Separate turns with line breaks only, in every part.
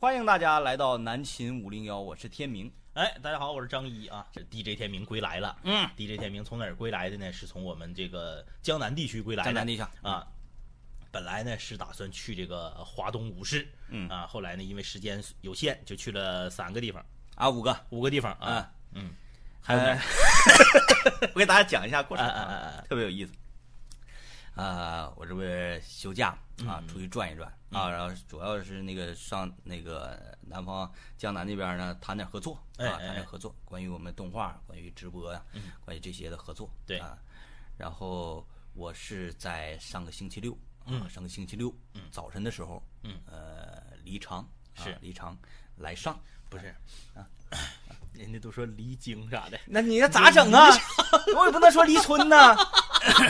欢迎大家来到南秦五零幺，我是天明。
哎，大家好，我是张一啊，是 DJ 天明归来了。
嗯
，DJ 天明从哪儿归来的呢？是从我们这个江南地区归来的。
江南地区
啊，本来呢是打算去这个华东五市，
嗯
啊，后来呢因为时间有限，就去了三个地方，
啊，五个，
五个地方
嗯
啊，嗯，还有哪儿？
我给大家讲一下过程
哎哎哎
啊，特别有意思。啊，我这不是休假
嗯
啊，出去转一转啊，然后主要是那个上那个南方江南那边呢谈点合作
哎
啊，
哎
谈点
哎嗯
合作，关于我们动画、关于直播呀、关于这些的合作。
对
啊，然后我是在上个星期六，啊，
嗯
上个星期六早晨的时候，
嗯，
呃，离场啊
是
离场来上，
不是啊，人家都说离京啥 的，
那你那咋整啊？ 我也不能说离村 呐，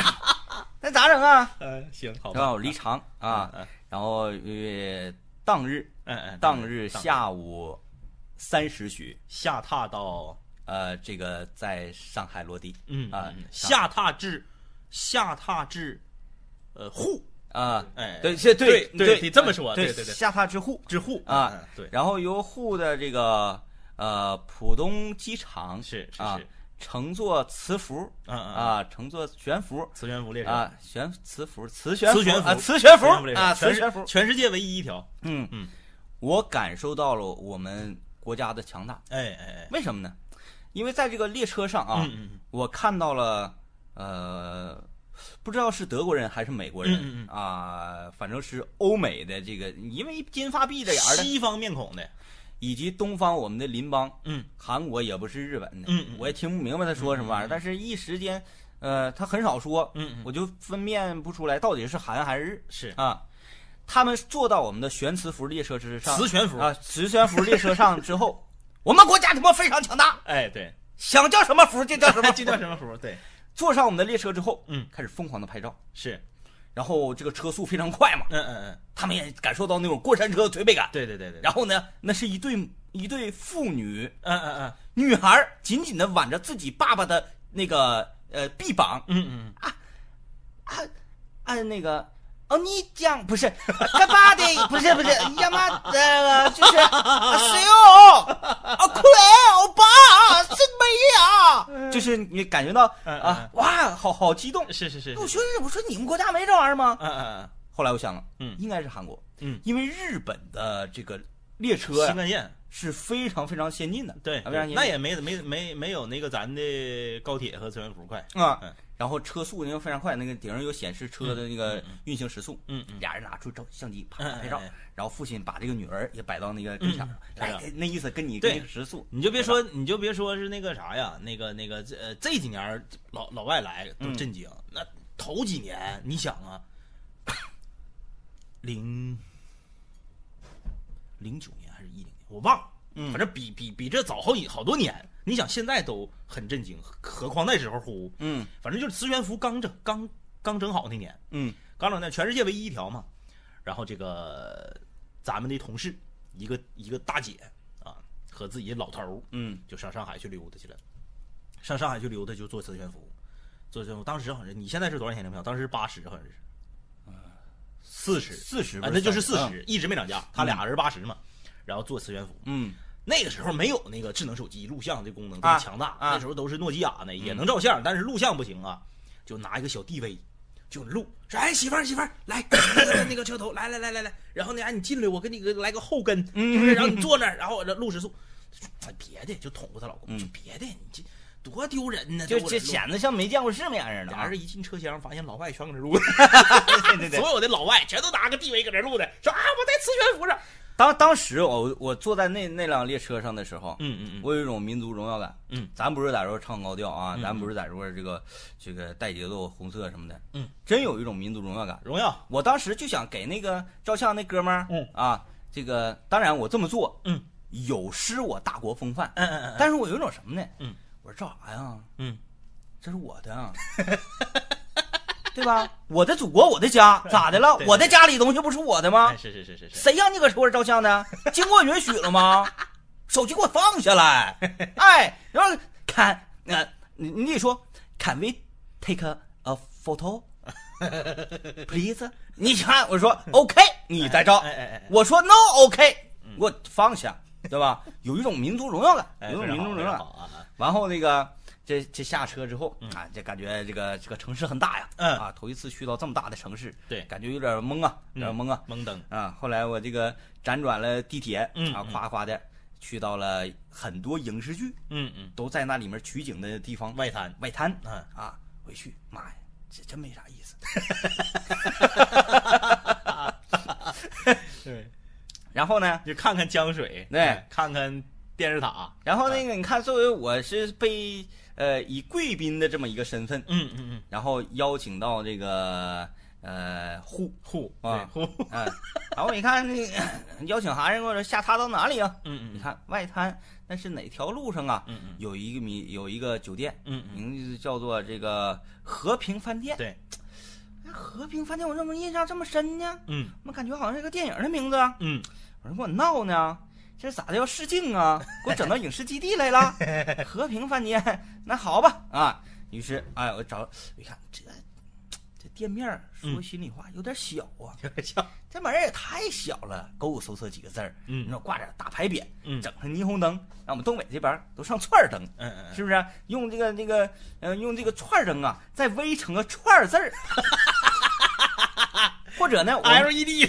那咋整啊？
嗯，行，好
然
吧，
后离场啊，然后呃，当日
嗯嗯，
当日
当
下午三时许，
下榻到
呃，这个在上海落地，
嗯
啊
嗯
上
下榻至下榻至呃户。
啊，
哎
对，是对
对得这么说对对对
下榻之户
之户
啊
嗯，对，
然后由沪的这个呃浦东机场
是是
啊
是，
乘坐磁浮
嗯嗯嗯，
啊，乘坐悬浮
磁悬浮列车
啊，悬磁浮磁悬
磁悬
啊，
浮
磁悬浮
列车
啊，
全
磁
是
悬浮。
全世界唯一一条，
嗯
嗯，
我感受到了我们国家的强大。
哎哎
为什么呢？因为在这个列车上
哎，
啊，
嗯嗯
我看到了呃，不知道是德国人还是美国人
嗯嗯嗯
啊，反正是欧美的这个，因为金发碧
嗯，
眼儿的，
西方面孔的，
以及东方我们的邻邦
嗯
韩国也不是日本的，
嗯嗯
我也听不明白他说什么玩意儿，但是一时间，呃，他很少说，
嗯嗯，
我就分辨不出来到底是韩还是日
是
啊。他们坐到我们的悬磁浮列车之上，
磁悬浮，
啊，磁悬浮列车上之后，我们国家他妈非常强大，
哎对，
想叫什么福就叫什么
这
福。
叫什么浮？对，
坐上我们的列车之后，
嗯，
开始疯狂的拍照，
是，
然后这个车速非常快嘛，
嗯嗯嗯，
他们也感受到那种过山车的推背感。
对对对对，
然
后
后呢，那是一对一对父女，
嗯嗯嗯
女孩儿紧紧的挽着自己爸爸的那个呃臂膀，啊
嗯嗯
按那个。哦，你讲不是，干嘛的？ 不是不是，呀妈呃，就是啊谁哦？啊，快来，欧巴，真美呀！就是你感觉到
嗯
啊
嗯，
哇，好好激动
嗯，。是是是，
我说我说你们国家没这玩意儿吗？
嗯嗯
后来我想了，
嗯
应该是韩国，
嗯
因为日本的这个列车
嗯，新
呀
干线，
是非常非常先进的，
对，
啊非常先进
那也没没没没有那个咱的高铁和磁悬浮快，
啊
嗯，
然后车速呢又非常快，那个顶上有显示车的那个运行时速，
嗯嗯，
俩人拿出照相机啪
嗯嗯
拍照
嗯嗯，
然后父亲把这个女儿也摆到那个跟前儿，
嗯
来哎
是
那意思跟你
对
跟你时速，
你就别说，你就别说是那个啥呀，那个那个这呃这几年儿老老外来都震惊，那头几年你想啊， 零零九年还是一零年，我忘了，反正比比比这早好几好多年。你想现在都很震惊，何何况那时候乎？
嗯
反正就是磁悬浮刚整刚刚整好那年，
嗯
刚整那全世界唯一一条嘛。然后这个咱们的同事，一个一个大姐啊，和自己的老头儿，
嗯
就上上海去溜达去了。上上海去溜达就坐磁悬浮，坐磁悬浮。当时好像是你现在是多少钱的票？当时八十好像是，嗯四十
四十
啊，嗯那就是四，十，一直没涨价。他俩人八十嘛，然后坐磁悬浮。
嗯
那个时候没有那个智能手机录像这功能这
啊
么强大，
啊嗯
那时候都是诺基亚呢，也能照相，但是录像不行啊，就拿一个小 DV 就录，说哎媳妇儿媳妇儿来那个那个车头来来来来来，然后呢哎你进来我给你个来个后跟，
嗯
是不是？然后你坐那儿，然后我这录时速，哎别的就捅咕她老公，说别的你这多丢人呢，
嗯就
都
就
我录
显得像没见过世面似的
俩
啊，
人一进车厢，发现老外全搁那录，
对对
所有的老外全都拿个 DV 搁那录的，说啊我在磁悬浮上，
当当时我我坐在那那辆列车上的时候，
嗯嗯嗯，
我有一种民族荣耀感。
嗯，
咱不是在这儿唱高调啊，
嗯
咱不是在这儿这个这个带节奏、红色什么的。
嗯，
真有一种民族荣耀感。
荣耀，
我当时就想给那个照相那哥们儿，
嗯
啊，这个当然我这么做，
嗯，
有失我大国风范，
嗯嗯嗯嗯
但是我有一种什么呢？
嗯，
我说照啥呀？
嗯。
啊这是我的 啊，对吧？我的祖国，我的家，咋的了
对？对
我的家里东西不是我的吗
哎，？是是是是是，
谁让你搁车上照相 的？经过允许了吗？手机给我放下 来！哎，然后看，呃，你你得说，Can we take a, a photo? Please？你看，我说 OK，你再照
哎哎哎哎；嗯
我说 No OK，给我放下，对吧？有一种民族荣耀感，
哎，
有一种
非
民族
常好
荣
非
耀
常
感
好。啊！
然后那个这这下车之后啊，这感觉这个这个城市很大呀，
嗯
啊，头一次去到这么大的城市，
对
感觉有点懵啊，有点
嗯
懵啊，
懵登，
啊，后来我这个辗转了地铁，
嗯
啊，
嗯
夸夸的去到了很多影视剧
嗯嗯，
都在那里面取景的地方，
外滩，
外滩，
嗯，
啊，回去，妈呀，这真没啥意思。
对，
然后呢，
就看看江水，
对
哎看看电视塔，
然后那个你看，作为我是被呃以贵宾的这么一个身份，
嗯嗯嗯，
然后邀请到这个呃沪
户
啊
对户，
啊，然后你看那个邀请函上跟我说下榻到哪里啊？
嗯
你
嗯
看外滩那是哪条路上啊？
嗯嗯
有一个米有一个酒店，
嗯嗯，
名字叫做这个和平饭店。
对，
哎和平饭店我怎么印象这么深呢？
嗯
怎么感觉好像是个电影的名字啊？
嗯，
我说给我闹呢，这咋的要试镜啊？给我整到影视基地来了？ 和平饭店，那好吧啊。于是哎，我找一看这这店面儿，说
嗯
心里话有点小啊，
有点像，
这玩意儿也太小了，勾勾搜搜几个字儿。你
嗯
说挂点大牌匾，
嗯
整上霓虹灯，让我们东北这边儿都上串儿灯。
嗯嗯，
是不是、啊用这个那个，呃，用这个串儿灯啊，再微成个串儿字儿， 或者呢，我们
LED，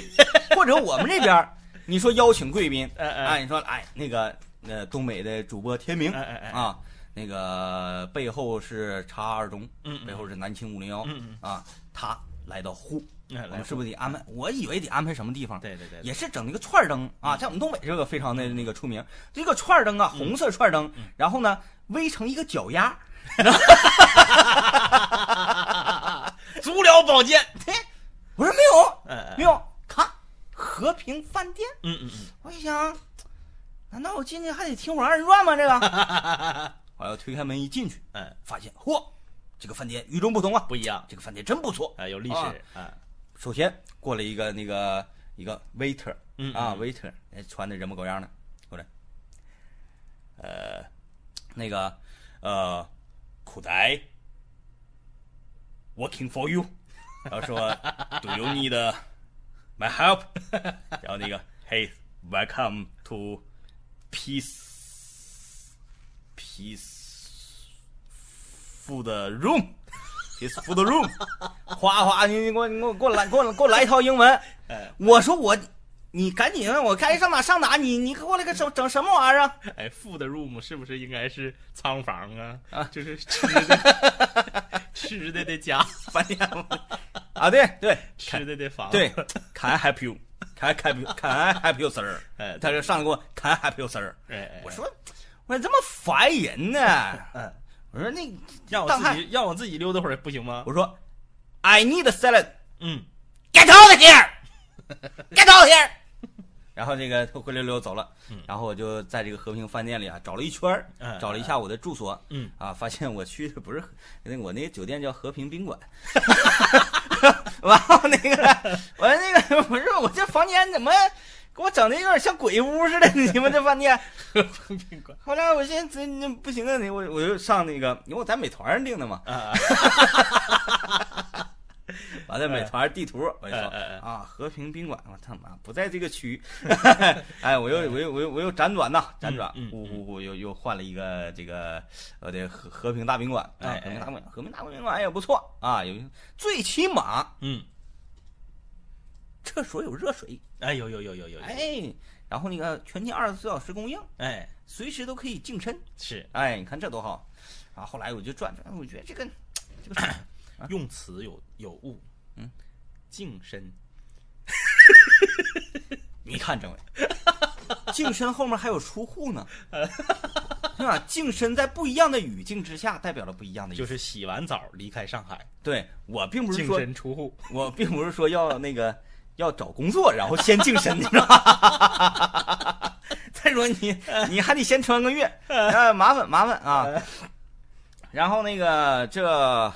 或者我们这边 儿，你说邀请贵宾，
哎哎
哎，你说哎那个呃东北的主播天明
哎哎哎
啊，那个背后是叉二中，
嗯嗯
背后是南青五零幺
嗯
啊，他来到沪，
嗯
我
来
们是不是得安排？我以为得安排什么地方，
对对对，嗯
也是整那个串儿灯啊，在我们东北这个非常的那个出名，这个串儿灯啊，红色串儿灯，
嗯
然后呢围成一个脚丫，
足疗保健，
嘿，我说没有
嗯嗯
没有，看和平饭店，
嗯嗯嗯，
我一想，难道我进去还得听会儿二人转吗？这个， 我要推开门一进去，
嗯，
发现嚯，这个饭店与众不同啊，
不一样，
这个饭店真不错。
啊，有历史，啊，
首先过来一个那个一个 waiter，
嗯
啊
嗯
waiter，哎穿的人模狗样的过来，呃，那个呃，苦呆，working for you，然后说 do you need uh, my help，然 后那个 hey welcome to peace peace food room。His food room，哗哗，你你给我你给我给我来给我给我来一套英文
哎。
我说我，你赶紧让我该上哪上哪，你你给我来个整整什么玩意儿啊？
哎，food room 是不是应该是仓房啊？啊，就是吃的， 吃的的家，
饭店啊，对对
吃的的房，
对，，Can I help you? Can I help you? Can I help you, sir？
哎
他就上来给我 Can I help you, sir？
哎哎，
我说我怎么这么烦人呢？
嗯
我说那
让我
当
自
汉
己让我自己溜达会儿不行吗？
我说 I need a salad。
嗯
get out of here, get out of here。然后这个他灰溜溜走了，然后我就在这个和平饭店里啊找了一圈儿
嗯
找了一下我的住所，
嗯
啊，发现我去的不是那我那个酒店叫和平宾馆， 然后那个我那个不是我这房间怎么给我整的有点像鬼屋似的？你们这饭店？
宾馆
后来我寻思那不行啊，你我我就上那个，因为我在美团上订的嘛，
啊，
完了，美团地图，我就说
哎哎哎
啊，和平宾馆，我他妈不在这个区， 哎，我又我又我又我又辗转呐，辗转
嗯嗯，
呼呼呼，又又换了一个这个我的和和平大宾馆啊，
哎哎
和平大宾馆，和平大宾馆也不错啊，有最起码
嗯，
厕所有热水，
哎，有有有有有，有，
哎，然后那个全天二十四小时供应，
哎，
随时都可以净身，
是
哎，你看这多好，啊，后来我就转转，我觉得这个这个
用词有有误，
嗯，
净身，
你看政委，净身后面还有出户 呢，是吧？净身在不一样的语境之下，代表了不一样的意思。
就是洗完澡离开上海，
对我并不是
净
说，
身出户，
我并不是说要那个要找工作，然后先净身，你知道吗？ 再说你你还得先穿个月，啊，麻烦麻烦啊。然后那个这，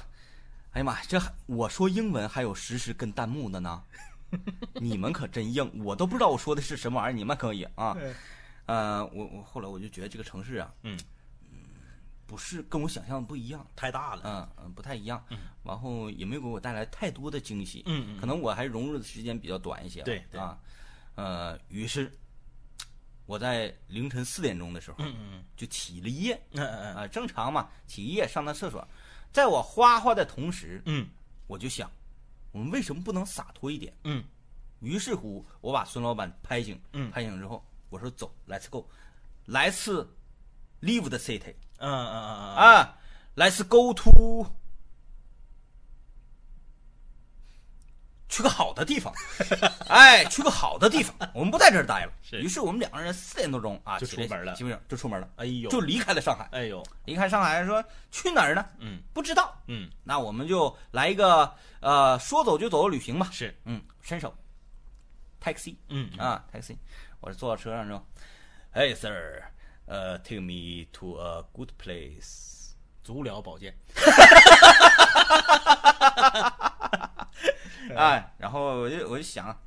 哎呀妈，呀，这还我说英文还有实时跟弹幕的呢，你们可真硬，我都不知道我说的是什么玩意儿，你们可以啊。呃，我我后来我就觉得这个城市啊，
嗯
嗯，不是跟我想象的不一样，
太大了，
嗯嗯，不太一样，然后也没有给我带来太多的惊喜，
嗯
啊
嗯
可能我还融入的时间比较短一些吧，
对对
啊，呃，于是我在凌晨四点钟的时候
嗯嗯
就起了夜
嗯嗯嗯
啊，正常嘛，起夜上趟厕所，在我哗哗的同时，
嗯
我就想，我们为什么不能洒脱一点？
嗯
于是乎，我把孙老板拍醒，
嗯
拍醒之后，我说走，Let's go，来次 leave the city
嗯嗯嗯
啊，Let's go to 去个好的地 方，哎，去个好的地方，我们不在这儿待了。
是
于是我们两个人四点多钟啊，
就出门了
起不就出门了，
哎呦
就离开了上海。
哎呦
离开上海说去哪儿呢？
嗯
不知道，
嗯
那我们就来一个呃，说走就走的旅行吧。
是
嗯，伸手，taxi
嗯
啊，taxi，我坐到车上之后，Hey sir，呃、t a k e me to a good place。
足疗保健
哎，然后我就我就想，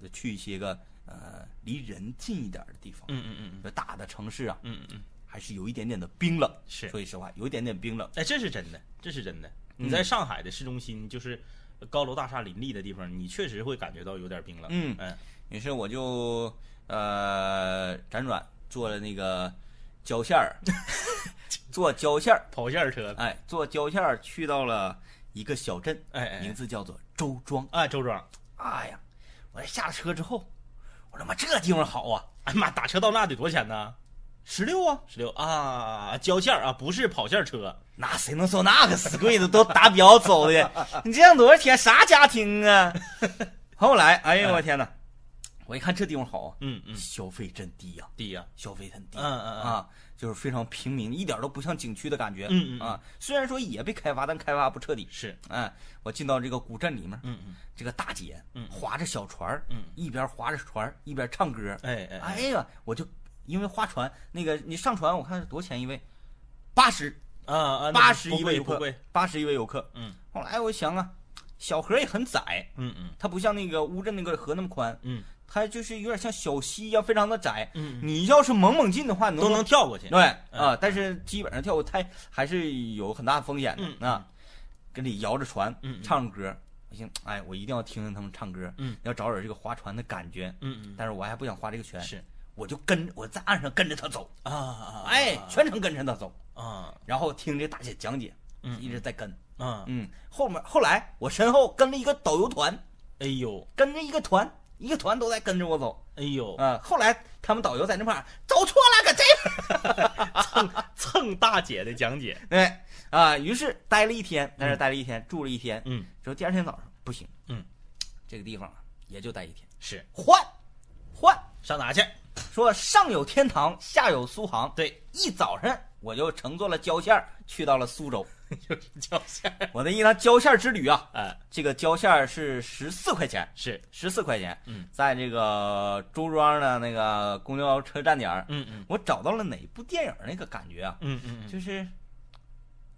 我就去一些个呃离人近一点的地方。
嗯嗯嗯
就大的城市啊，
嗯嗯嗯
还是有一点点的冰冷。
是嗯
说句实话，有一点点冰冷。
哎这是真的这是真的你在上海的市中心就是高楼大厦林立的地方你确实会感觉到有点冰冷
嗯
嗯
于是我就呃辗转坐了那个胶线儿，坐胶线儿，
跑线儿车
哎，坐胶线儿去到了一个小镇，
哎哎
名字叫做周庄。
哎周庄
哎呀，我下了车之后，我他妈这地方好啊！
哎妈打车到那得多少钱呢
十六啊，
十六啊交线儿啊不是跑线儿车
那谁能受那个死鬼子都打表走 的？你这样多少钱？啥家庭啊？后来，哎呦我天哪！我一看这地方好啊，
嗯嗯
消费真低呀、
低呀
消费很低。
嗯嗯嗯
啊，就是非常平民，一点都不像景区的感觉。
嗯嗯嗯
啊，虽然说也被开发，但开发不彻底。
是
哎，我进到这个古镇里面，
嗯嗯
这个大姐，
嗯
划着小船儿
嗯
一边划着船儿一边唱歌。
哎哎哎
哎呀，我就因为划船，那个你上船，我看是多少钱一位，八十，
啊啊
八十一位
位
游
不
客
贵，
八十一位游客。
嗯
后来我想啊，小河也很窄，
嗯嗯
它不像那个乌镇那个河那么宽，
嗯
它就是有点像小溪一样，非常的窄。
嗯
你要是猛猛进的话，你
都能嗯跳过去
对啊，但是基本上跳舞它还是有很大风险的、
嗯
啊。跟里摇着船，
嗯嗯
唱歌，我寻，哎，我一定要听听他们唱歌，
嗯，
要找找这个划船的感觉。
嗯
但是我还不想划这个拳，
嗯是
我就跟我在岸上跟着他走，
啊啊
哎，全程跟着他走，
啊
然后听这大姐讲解，
嗯
一直在跟，
啊
嗯，后面后来我身后跟了一个导游团，
哎呦
跟着一个团，一个团都在跟着我走，
哎呦
啊、后来他们导游在那块儿走错了，搁这
蹭蹭大姐的讲解，
对，啊、于是待了一天，在这待了一天，住了一天，
嗯，
之后第二天早上不行，
嗯，
这个地方啊也就待一天，
是
换，换，
上哪去？
说上有天堂，下有苏杭，
对，
一早上我就乘坐了胶线儿去到了苏州，
就是叫线儿，
我的一趟胶线儿之旅啊，
哎，
这个胶线儿是十四块钱，
是，
十四块钱，
嗯，
在这个周庄的那个公交车站点儿，
嗯嗯
我找到了哪部电影儿那个感觉啊，
嗯嗯
就是，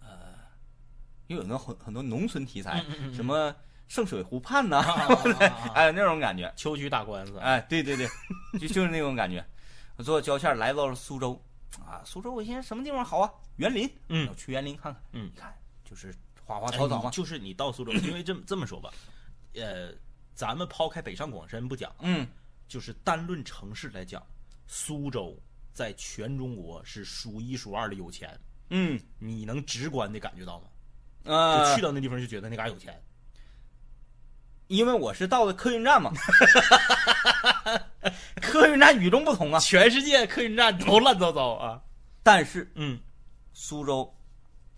呃，又有那很很多农村题材
嗯，嗯嗯
什么圣水湖畔呐、
嗯，
哎，那种感觉，
秋菊打官司，
哎，对对 对，就就是那种感觉。我坐胶线来到了苏州，啊，苏州我寻思什么地方好啊？园林，
嗯
我去园林看看，
嗯
你看就是花花草
哎
草
你
嘛，
就是你到苏州，因为这么这么说吧，呃，咱们抛开北上广深不讲，
嗯，
就是单论城市来讲，苏州在全中国是数一数二的有钱，
嗯，
你能直观的感觉到吗？就
呃
去，到那地方就觉得那嘎有钱，
因为我是到的客运站嘛， 客运站与众不同啊，
全世界客运站都乱糟糟啊，
但是
嗯
苏州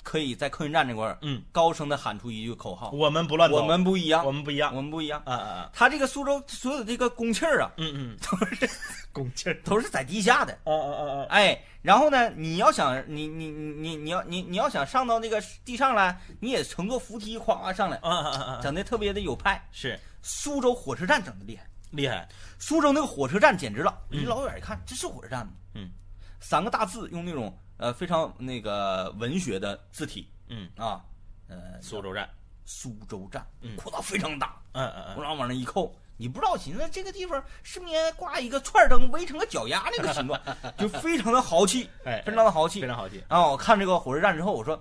可以在客运站这块儿
嗯，
高声的喊出一句口号，
我们不乱糟，
我们不一样
我，们不一样，
我们不一样。
啊啊啊，
他这个苏州所有的这个公气儿啊，
嗯嗯，都是 拱气儿，
都是在地下的。
啊啊啊啊，
哎，然后呢，你要想你你你你你要你你要想上到那个地上来，你也乘坐扶梯哗哗上来，
啊啊啊啊，
整的特别的有派。
是
苏州火车站整的厉害，
厉害，
苏州那个火车站简直了，离老远一看，这是火车站吗？
嗯，
三个大字用那种呃非常那个文学的字体
嗯，
啊，呃，
苏州站，
苏州站
嗯
扩大非常大，
嗯嗯
我
嗯，
然后往那一扣，你不知道，寻思这个地方是不是应该挂一个串儿灯围成个脚丫那个形 状，就非常的豪气，
哎
非常的豪
非
气。
常好记，
然后我看这个火车站之后，我说，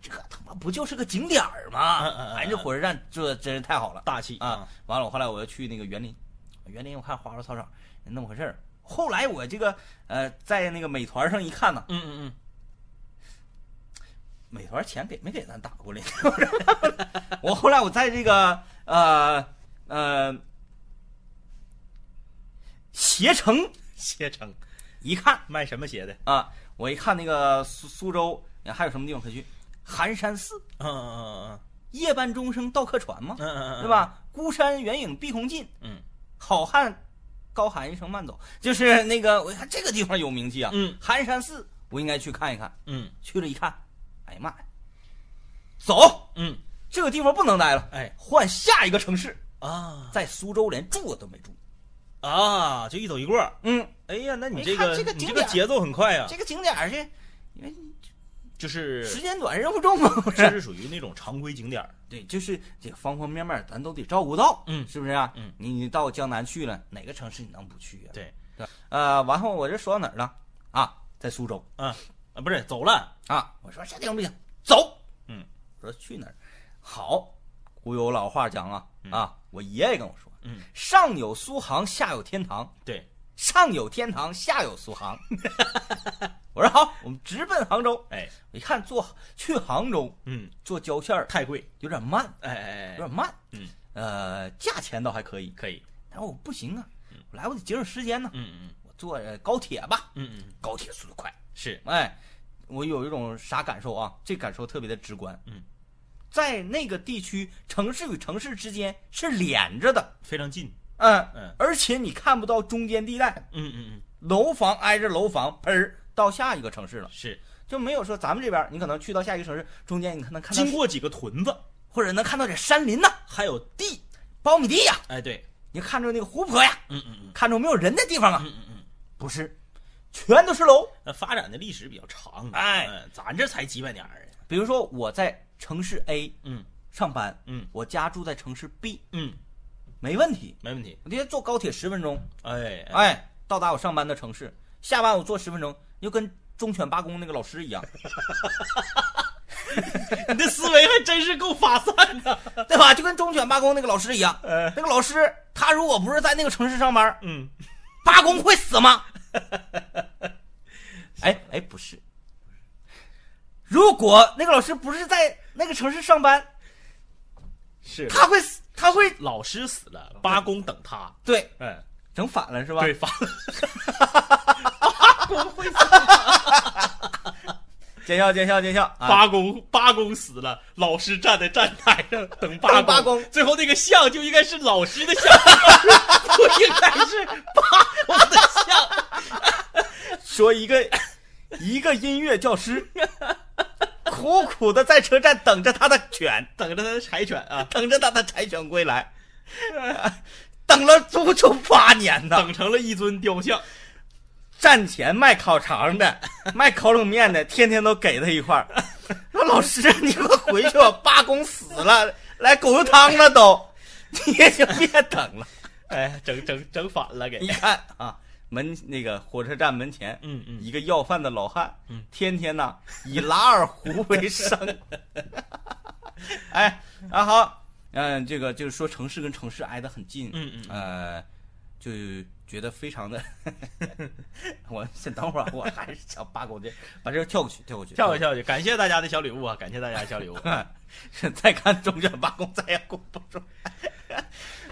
这他妈不就是个景点儿吗
嗯嗯嗯？
哎，这火车站这真是太好了
大气
啊！完了，我后来我又去那个园林，园林我看花花草草，那么回事儿，后来我这个呃，在那个美团上一看呢，
嗯嗯
美团钱给没给咱打过来？ 我后来我在这个呃呃携程
嗯，携程
一看
卖什么鞋的？
啊，我一看那个苏苏州还有什么地方可去？寒山寺，
嗯嗯
夜半钟声到客传嘛
嗯，嗯，
对？吧？孤山远影碧空尽，
嗯
好汉高喊一声慢走，就是那个我一看这个地方有名气啊，
嗯
寒山寺我应该去看一看。
嗯
去了一看，哎呀妈呀，走，
嗯，
这个地方不能待了，
哎
换下一个城市。
啊
在苏州连住我都没住。
啊，就一走一过。
嗯，
哎呀，那你
没
这
看
个
这个
你
景
这个
点
节奏很快啊，
这个景点儿是
就是
时间短任务重嘛，不
这
是？
是属于那种常规景点儿。
对，就是这个方方面面咱都得照顾到，
嗯
是不是啊？
嗯
你你到江南去了，哪个城市你能不去啊？
对，
呃，完后我这说到哪儿了？啊，在苏州
啊啊，不是走了，
啊，我说这地方不行，走。
嗯，
我说去哪儿？好，古有老话讲啊、
嗯
啊，我爷爷跟我说，
嗯，
上有苏杭，下有天堂。
对，
上有天堂，下有苏杭。 我说好，我们直奔杭州。
哎，
我一看坐去杭州
嗯，
坐胶线儿
太贵，
有点慢，
哎哎
有
哎，
点慢。
嗯，
呃，价钱倒还可以，
可以，
但我不行啊，我来我得节省时间呢，
嗯
我坐呃高铁吧，
嗯嗯嗯，
高铁速度快。
是，
哎，我有一种啥感受啊？这感受特别的直观。
嗯，
在那个地区，城市与城市之间是连着的，
非常近，
嗯，
嗯
而且你看不到中间地带，
嗯嗯
楼房挨着楼房，喷儿到下一个城市了
嗯，，是，
就没有说咱们这边儿你可能去到下一个城市中间，你可能看
经
到
过几个屯子，
或者能看到点山林呐、
还有地，
苞米地呀、
哎对，
你看着那个湖泊呀，
嗯嗯
看着没有人的地方啊，
嗯嗯嗯，
不是，全都是楼。
那发展的历史比较长，
哎
嗯，咱这才几百年儿啊，
比如说我在城市 A
嗯
上班，
嗯
我家住在城市 B，
嗯，
没问题，
没问题，
我直接坐高铁十分钟，
哎哎
哎，到达我上班的城市，下班我坐十分钟，就跟忠犬八公那个老师一 样，
你的思维还真是够发散的，
对吧？就跟忠犬八公那个老师一样，
呃，
那个老师他如果不是在那个城市上班，
嗯，
八公会死 吗？哎哎，不是，如果那个老师不是在那个城市上班，
是，
他会死，他会
老师死了，八公等他，
对
嗯，
整反了是吧？
对，发，
见笑见笑见笑啊！
八公八公死了，老师站在站台上等八
等八公
最后那个像就应该是老师的像， 不应该是八公的像。
说一 个一个音乐教师，苦苦的在车站等着他的犬，
等着他的柴犬啊，
等着他的柴犬归来，等了足足八年呢。
等成了一尊雕像。
站前卖烤肠 的、卖烤冷面的，天天都给他一块儿。说老师，你快回去吧，八公死了，来狗肉汤了 都，你也就别等了。
哎，整整整反了给
你。看啊，门那个火车站门前，
嗯嗯
一个要饭的老汉，
嗯
天天呐以拉二胡为生。 哎，啊好，嗯、这个就是说城市跟城市挨得很近，
嗯嗯
呃，就觉得非常的， 我先等会儿，我还是想八狗这，把这个跳过去，跳过去，
跳一跳去，感谢大家的小礼物啊！感谢大家的小礼物。
去。 再看中卷八公，再也顾不住。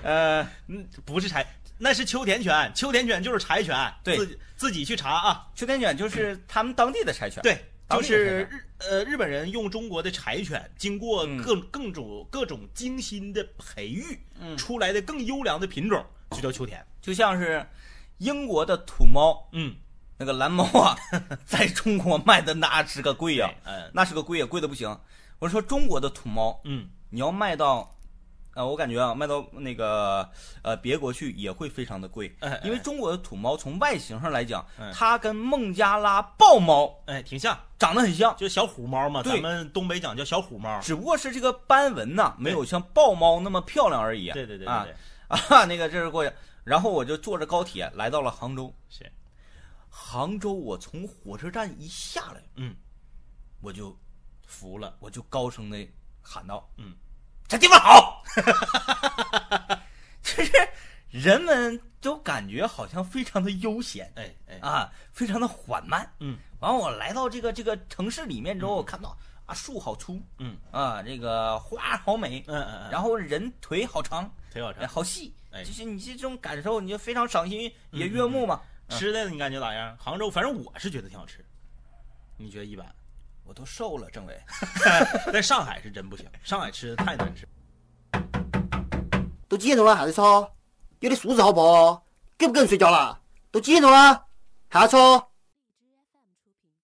呃，
嗯，不是柴，那是秋田犬，秋田犬就是柴犬。
对
自己自己去查啊。
秋田犬就是他们当地的柴犬，
对，
当
就
地的
是
柴
日呃日本人用中国的柴犬，经过
嗯
各各种各种精心的培育
嗯，
出来的更优良的品种，就叫秋田。
就像是英国的土猫，
嗯，
那个蓝猫啊，在中国卖的那是个贵呀、
嗯
那是个贵呀、贵的不行。我说中国的土猫，
嗯，
你要卖到，呃，我感觉啊，卖到那个呃别国去也会非常的贵，
哎哎
嗯因为中国的土猫从外形上来讲，
哎
它跟孟加拉豹猫
哎，挺像，
长得很像，
就小虎猫嘛，
对
咱们东北讲叫小虎猫。
只不过是这个斑纹呐、没有像豹猫那么漂亮而已。
对对对对
啊
对，
啊，那个这是过去，然后我就坐着高铁来到了杭州。
是，
杭州，我从火车站一下来，
嗯，
我就
服了，
我就高声的喊道：“
嗯，
这地方好。”就是人们都感觉好像非常的悠闲
哎哎，
啊，非常的缓慢。
嗯
完，我来到这个这个城市里面之后，我看到啊树好粗
嗯
啊，这个花好美，
嗯嗯，
然后人腿好长，
腿好
哎
长，
好细，
哎嗯
就是你这种感受，你就非常赏心也悦目嘛。
吃的你感觉咋样？杭州，反正我是觉得挺好吃，你觉 得一般？
我都瘦了，政委。
在上海是真不行，上海吃的太难吃。
都几点钟了还在吵？有点素质好不好？给不给人睡觉了？都几点钟了还在吵？